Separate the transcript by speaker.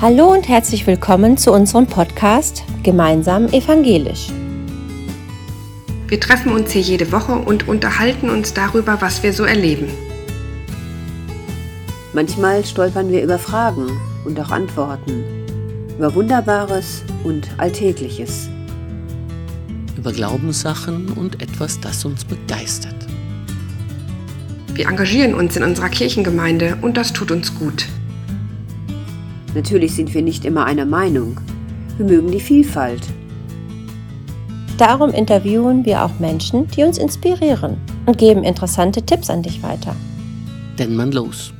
Speaker 1: Hallo und herzlich willkommen zu unserem Podcast Gemeinsam Evangelisch.
Speaker 2: Wir treffen uns hier jede Woche und unterhalten uns darüber, was wir so erleben.
Speaker 3: Manchmal stolpern wir über Fragen und auch Antworten, über Wunderbares und Alltägliches.
Speaker 4: über Glaubenssachen und etwas, das uns begeistert.
Speaker 2: Wir engagieren uns in unserer Kirchengemeinde und das tut uns gut.
Speaker 3: Natürlich sind wir nicht immer einer Meinung. Wir mögen die Vielfalt.
Speaker 1: Darum interviewen wir auch Menschen, die uns inspirieren und geben interessante Tipps an dich weiter.
Speaker 4: Denn man los.